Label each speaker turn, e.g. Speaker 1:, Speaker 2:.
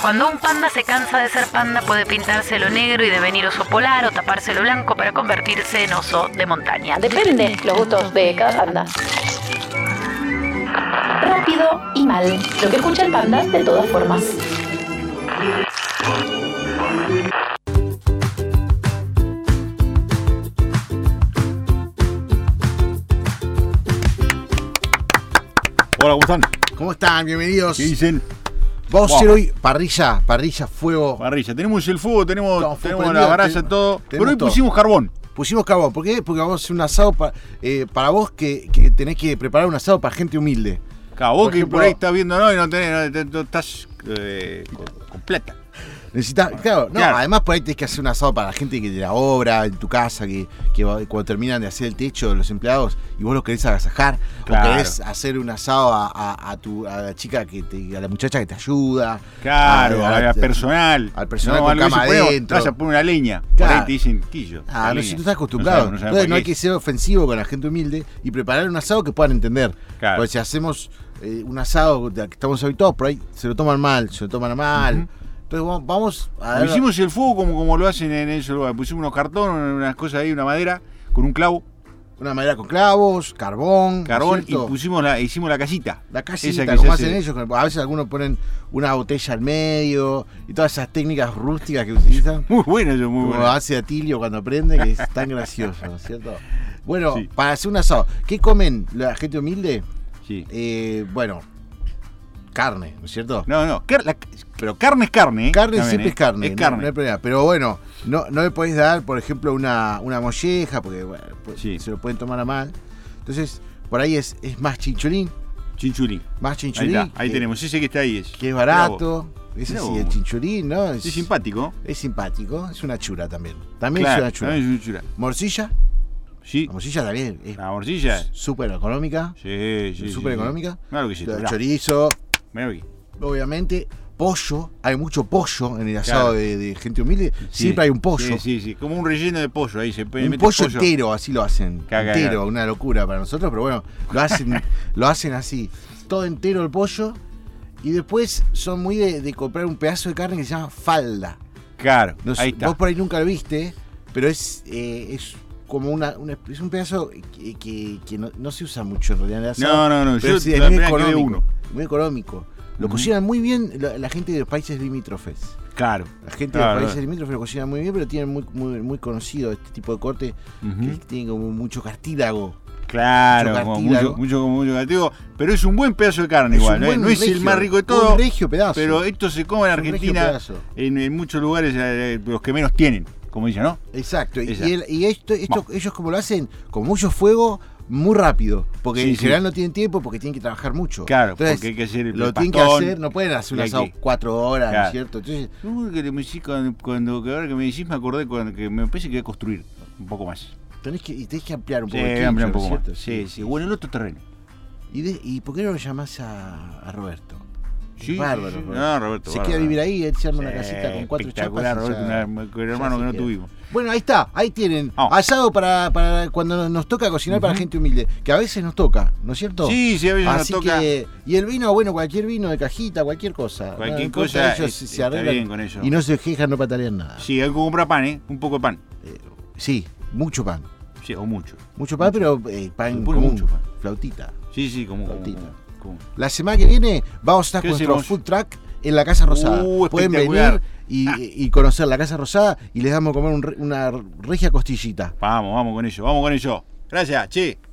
Speaker 1: Cuando un panda se cansa de ser panda puede pintarse lo negro y devenir oso polar o taparse lo blanco para convertirse en oso de montaña. Depende los gustos de cada panda. Rápido y mal. Lo que escucha el panda de todas formas.
Speaker 2: Hola, ¿cómo están?
Speaker 3: ¿Cómo están? Bienvenidos.
Speaker 2: ¿Qué dicen?
Speaker 3: Vos,
Speaker 2: Wow.
Speaker 3: Ciro, y parrilla, parrilla, fuego.
Speaker 2: Parrilla. Tenemos el fuego, tenemos,
Speaker 3: Estamos full
Speaker 2: tenemos la
Speaker 3: prendido,
Speaker 2: baralla,
Speaker 3: ten-
Speaker 2: todo.
Speaker 3: tenemos
Speaker 2: Pero hoy
Speaker 3: todo.
Speaker 2: pusimos carbón.
Speaker 3: Pusimos carbón. ¿Por qué? Porque vamos a hacer un asado pa- eh, para vos que, que tenés que preparar un asado para gente humilde.
Speaker 2: Claro, vos
Speaker 3: Por
Speaker 2: que
Speaker 3: ejemplo-
Speaker 2: por ahí estás viendo, no, y no tenés, no, te- no estás eh, con, con plata.
Speaker 3: Necesitas, claro, no,
Speaker 2: Claro.
Speaker 3: además por ahí tenés que hacer un asado para la gente que de la obra, en tu casa, que, que va- cuando terminan de hacer el techo los empleados y vos los querés agasajar,
Speaker 2: Claro.
Speaker 3: o querés hacer un asado a, a- a tu, a la chica que te- a la muchacha que te ayuda.
Speaker 2: Claro,
Speaker 3: a- a-
Speaker 2: al personal.
Speaker 3: Ah, al personal
Speaker 2: No,
Speaker 3: con
Speaker 2: algo que
Speaker 3: cama
Speaker 2: se pone-
Speaker 3: adentro.
Speaker 2: Vas a poner una leña. Por
Speaker 3: Claro.
Speaker 2: ahí te dicen quillo.
Speaker 3: Ah,
Speaker 2: la
Speaker 3: no,
Speaker 2: leña.
Speaker 3: si tú estás acostumbrado.
Speaker 2: No sabes- no sabes
Speaker 3: Entonces
Speaker 2: para
Speaker 3: no hay
Speaker 2: qué
Speaker 3: que
Speaker 2: es.
Speaker 3: ser ofensivo con la gente humilde y preparar un asado que puedan entender.
Speaker 2: Claro.
Speaker 3: Porque si hacemos eh, un asado de que estamos habituados, por ahí se lo toman mal, se lo toman a mal.
Speaker 2: Ujú.
Speaker 3: Entonces vamos- vamos a
Speaker 2: Lo Hicimos el fuego como, como lo hacen en esos lugares. Pusimos unos cartones, unas cosas ahí, una madera, con un clavo,
Speaker 3: una madera con clavos, carbón, ¿no
Speaker 2: carbón,
Speaker 3: es
Speaker 2: y
Speaker 3: cierto?
Speaker 2: pusimos la, hicimos la casita.
Speaker 3: la
Speaker 2: Esa
Speaker 3: casita,
Speaker 2: que
Speaker 3: como
Speaker 2: se
Speaker 3: hacen
Speaker 2: hace-
Speaker 3: ellos. con- A veces algunos ponen una botella al medio y todas esas técnicas rústicas que utilizan.
Speaker 2: Muy buena, yo, muy
Speaker 3: Como
Speaker 2: buena.
Speaker 3: hace Atilio cuando aprende, que es tan gracioso, ¿no es cierto? Bueno,
Speaker 2: Sí.
Speaker 3: para hacer un asado, ¿qué comen la gente humilde?
Speaker 2: Sí.
Speaker 3: Eh, bueno, carne, ¿no es cierto?
Speaker 2: No, no, car- la- pero carne es carne. ¿eh?
Speaker 3: Carne
Speaker 2: También,
Speaker 3: siempre
Speaker 2: ¿eh?
Speaker 3: es carne,
Speaker 2: Es
Speaker 3: no-
Speaker 2: carne.
Speaker 3: No, hay problema. Pero bueno, no, no le podés dar, por ejemplo, una, una molleja, porque bueno, pues,
Speaker 2: Sí.
Speaker 3: se lo pueden tomar a mal. Entonces, por ahí es, es más chinchulín,
Speaker 2: Chinchulín.
Speaker 3: más
Speaker 2: Ahí
Speaker 3: chinchulín.
Speaker 2: está, ahí
Speaker 3: que-
Speaker 2: tenemos. Ese que está ahí es.
Speaker 3: Que es
Speaker 2: Bravo.
Speaker 3: barato. Es
Speaker 2: Mirá
Speaker 3: así,
Speaker 2: vos.
Speaker 3: el chinchulín, ¿no? Es,
Speaker 2: Es simpático.
Speaker 3: es simpático, es una chura también. También es
Speaker 2: Claro,
Speaker 3: una chura.
Speaker 2: también es una chura.
Speaker 3: Morcilla,
Speaker 2: Sí.
Speaker 3: la morcilla también es
Speaker 2: La morcilla. Sí,
Speaker 3: súper económica.
Speaker 2: sí, sí.
Speaker 3: Súper
Speaker 2: sí.
Speaker 3: económica.
Speaker 2: Claro que sí.
Speaker 3: Lo de
Speaker 2: mirá,
Speaker 3: chorizo,
Speaker 2: mirá aquí.
Speaker 3: obviamente, pollo. Hay mucho pollo en el asado
Speaker 2: Claro.
Speaker 3: de, de gente humilde.
Speaker 2: Sí,
Speaker 3: Siempre hay un
Speaker 2: Sí,
Speaker 3: pollo.
Speaker 2: sí, sí. Como un relleno de pollo ahí. Se
Speaker 3: Un pollo, entero, así lo hacen.
Speaker 2: Claro, claro,
Speaker 3: entero,
Speaker 2: claro.
Speaker 3: una locura para nosotros, pero bueno, lo hacen, lo hacen así. Todo entero el pollo. Y después son muy de, de comprar un pedazo de carne que se llama falda.
Speaker 2: Claro.
Speaker 3: No sé,
Speaker 2: ahí está.
Speaker 3: Vos por ahí nunca lo viste, pero es, eh, es como una, una- es un pedazo que, que- que no, no se usa mucho en realidad. en el
Speaker 2: No,
Speaker 3: asado,
Speaker 2: no, no,
Speaker 3: pero
Speaker 2: yo
Speaker 3: es, es
Speaker 2: la
Speaker 3: muy
Speaker 2: primera que veo
Speaker 3: económico.
Speaker 2: uno.
Speaker 3: Muy económico. Lo
Speaker 2: Ujú.
Speaker 3: cocinan muy bien la, la gente de los países limítrofes.
Speaker 2: Claro.
Speaker 3: La gente
Speaker 2: Claro,
Speaker 3: de los países
Speaker 2: claro.
Speaker 3: limítrofes lo cocinan muy bien, pero tienen muy, muy, muy conocido este tipo de corte
Speaker 2: Ujú.
Speaker 3: que tiene como mucho cartílago.
Speaker 2: Claro,
Speaker 3: Mucho
Speaker 2: como
Speaker 3: cartílago.
Speaker 2: mucho, mucho, como mucho castigo. Pero es un buen pedazo de carne
Speaker 3: Es
Speaker 2: igual.
Speaker 3: un
Speaker 2: ¿eh?
Speaker 3: buen
Speaker 2: No es el
Speaker 3: regio,
Speaker 2: más rico de
Speaker 3: un
Speaker 2: todo.
Speaker 3: regio pedazo.
Speaker 2: Pero esto se come en
Speaker 3: Es un regio
Speaker 2: Argentina,
Speaker 3: pedazo.
Speaker 2: en, en muchos lugares, eh, los que menos tienen, como dicen, ¿no?
Speaker 3: Exacto, y,
Speaker 2: Esa.
Speaker 3: y el- y esto, esto ellos como lo hacen, con mucho fuego, muy rápido, porque
Speaker 2: Sí,
Speaker 3: en
Speaker 2: sí.
Speaker 3: general no tienen tiempo porque tienen que trabajar mucho.
Speaker 2: Claro,
Speaker 3: Entonces,
Speaker 2: porque hay que hacer el
Speaker 3: lo tienen que
Speaker 2: pastón,
Speaker 3: hacer, no pueden hacer un
Speaker 2: y hay
Speaker 3: asado
Speaker 2: que-
Speaker 3: cuatro horas, ¿no
Speaker 2: Claro.
Speaker 3: es cierto? Entonces,
Speaker 2: Uy, que te- me decís cuando, cuando- que ahora que me decís me acordé cuando, que me parece que voy a construir un poco más.
Speaker 3: tenés que, y tenés que ampliar un
Speaker 2: Sí,
Speaker 3: poco el quincho,
Speaker 2: ampliar un
Speaker 3: ¿no es
Speaker 2: poco más.
Speaker 3: cierto?
Speaker 2: Sí, sí. Bueno, el otro terreno.
Speaker 3: ¿Y, de- y por qué no lo llamás a, a Roberto?
Speaker 2: Sí,
Speaker 3: Bárbaro,
Speaker 2: sí, sí.
Speaker 3: Roberto.
Speaker 2: No, Roberto.
Speaker 3: Se
Speaker 2: bárbaro.
Speaker 3: queda a vivir ahí, él se arma
Speaker 2: Sí,
Speaker 3: una casita con cuatro chapas.
Speaker 2: espectacular,
Speaker 3: y
Speaker 2: Roberto,
Speaker 3: ya-
Speaker 2: una- con el
Speaker 3: ya
Speaker 2: hermano
Speaker 3: se
Speaker 2: que no
Speaker 3: queda.
Speaker 2: tuvimos.
Speaker 3: Bueno, ahí está, ahí tienen.
Speaker 2: Vamos.
Speaker 3: Asado para, para cuando nos toca cocinar para gente humilde, que a veces nos toca, ¿no es cierto?
Speaker 2: Sí, sí, a veces nos
Speaker 3: Así
Speaker 2: toca
Speaker 3: que, y el vino, bueno, cualquier vino de cajita, cualquier cosa.
Speaker 2: Cualquier
Speaker 3: No importa,
Speaker 2: cosa,
Speaker 3: ellos
Speaker 2: es-
Speaker 3: se- se
Speaker 2: está
Speaker 3: arreglan
Speaker 2: bien con ello.
Speaker 3: Y no se quejan, no patalean nada. Sí,
Speaker 2: Sí, hay que comprar pan, ¿eh? Un poco de pan.
Speaker 3: mucho pan.
Speaker 2: Sí, o mucho.
Speaker 3: Mucho pan, pero eh,
Speaker 2: Se
Speaker 3: pan
Speaker 2: pone
Speaker 3: común,
Speaker 2: mucho pan.
Speaker 3: flautita.
Speaker 2: Sí, sí, como. como-
Speaker 3: Cortita.
Speaker 2: como-
Speaker 3: La semana que viene vamos a estar
Speaker 2: ¿Qué
Speaker 3: con nuestro
Speaker 2: hacemos?
Speaker 3: food truck en la Casa Rosada.
Speaker 2: Uh,
Speaker 3: Pueden
Speaker 2: espectacular. Ah.
Speaker 3: venir y, y conocer la Casa Rosada y les damos a comer un re- una regia costillita.
Speaker 2: Vamos, vamos con ello, vamos con ello. Gracias, che.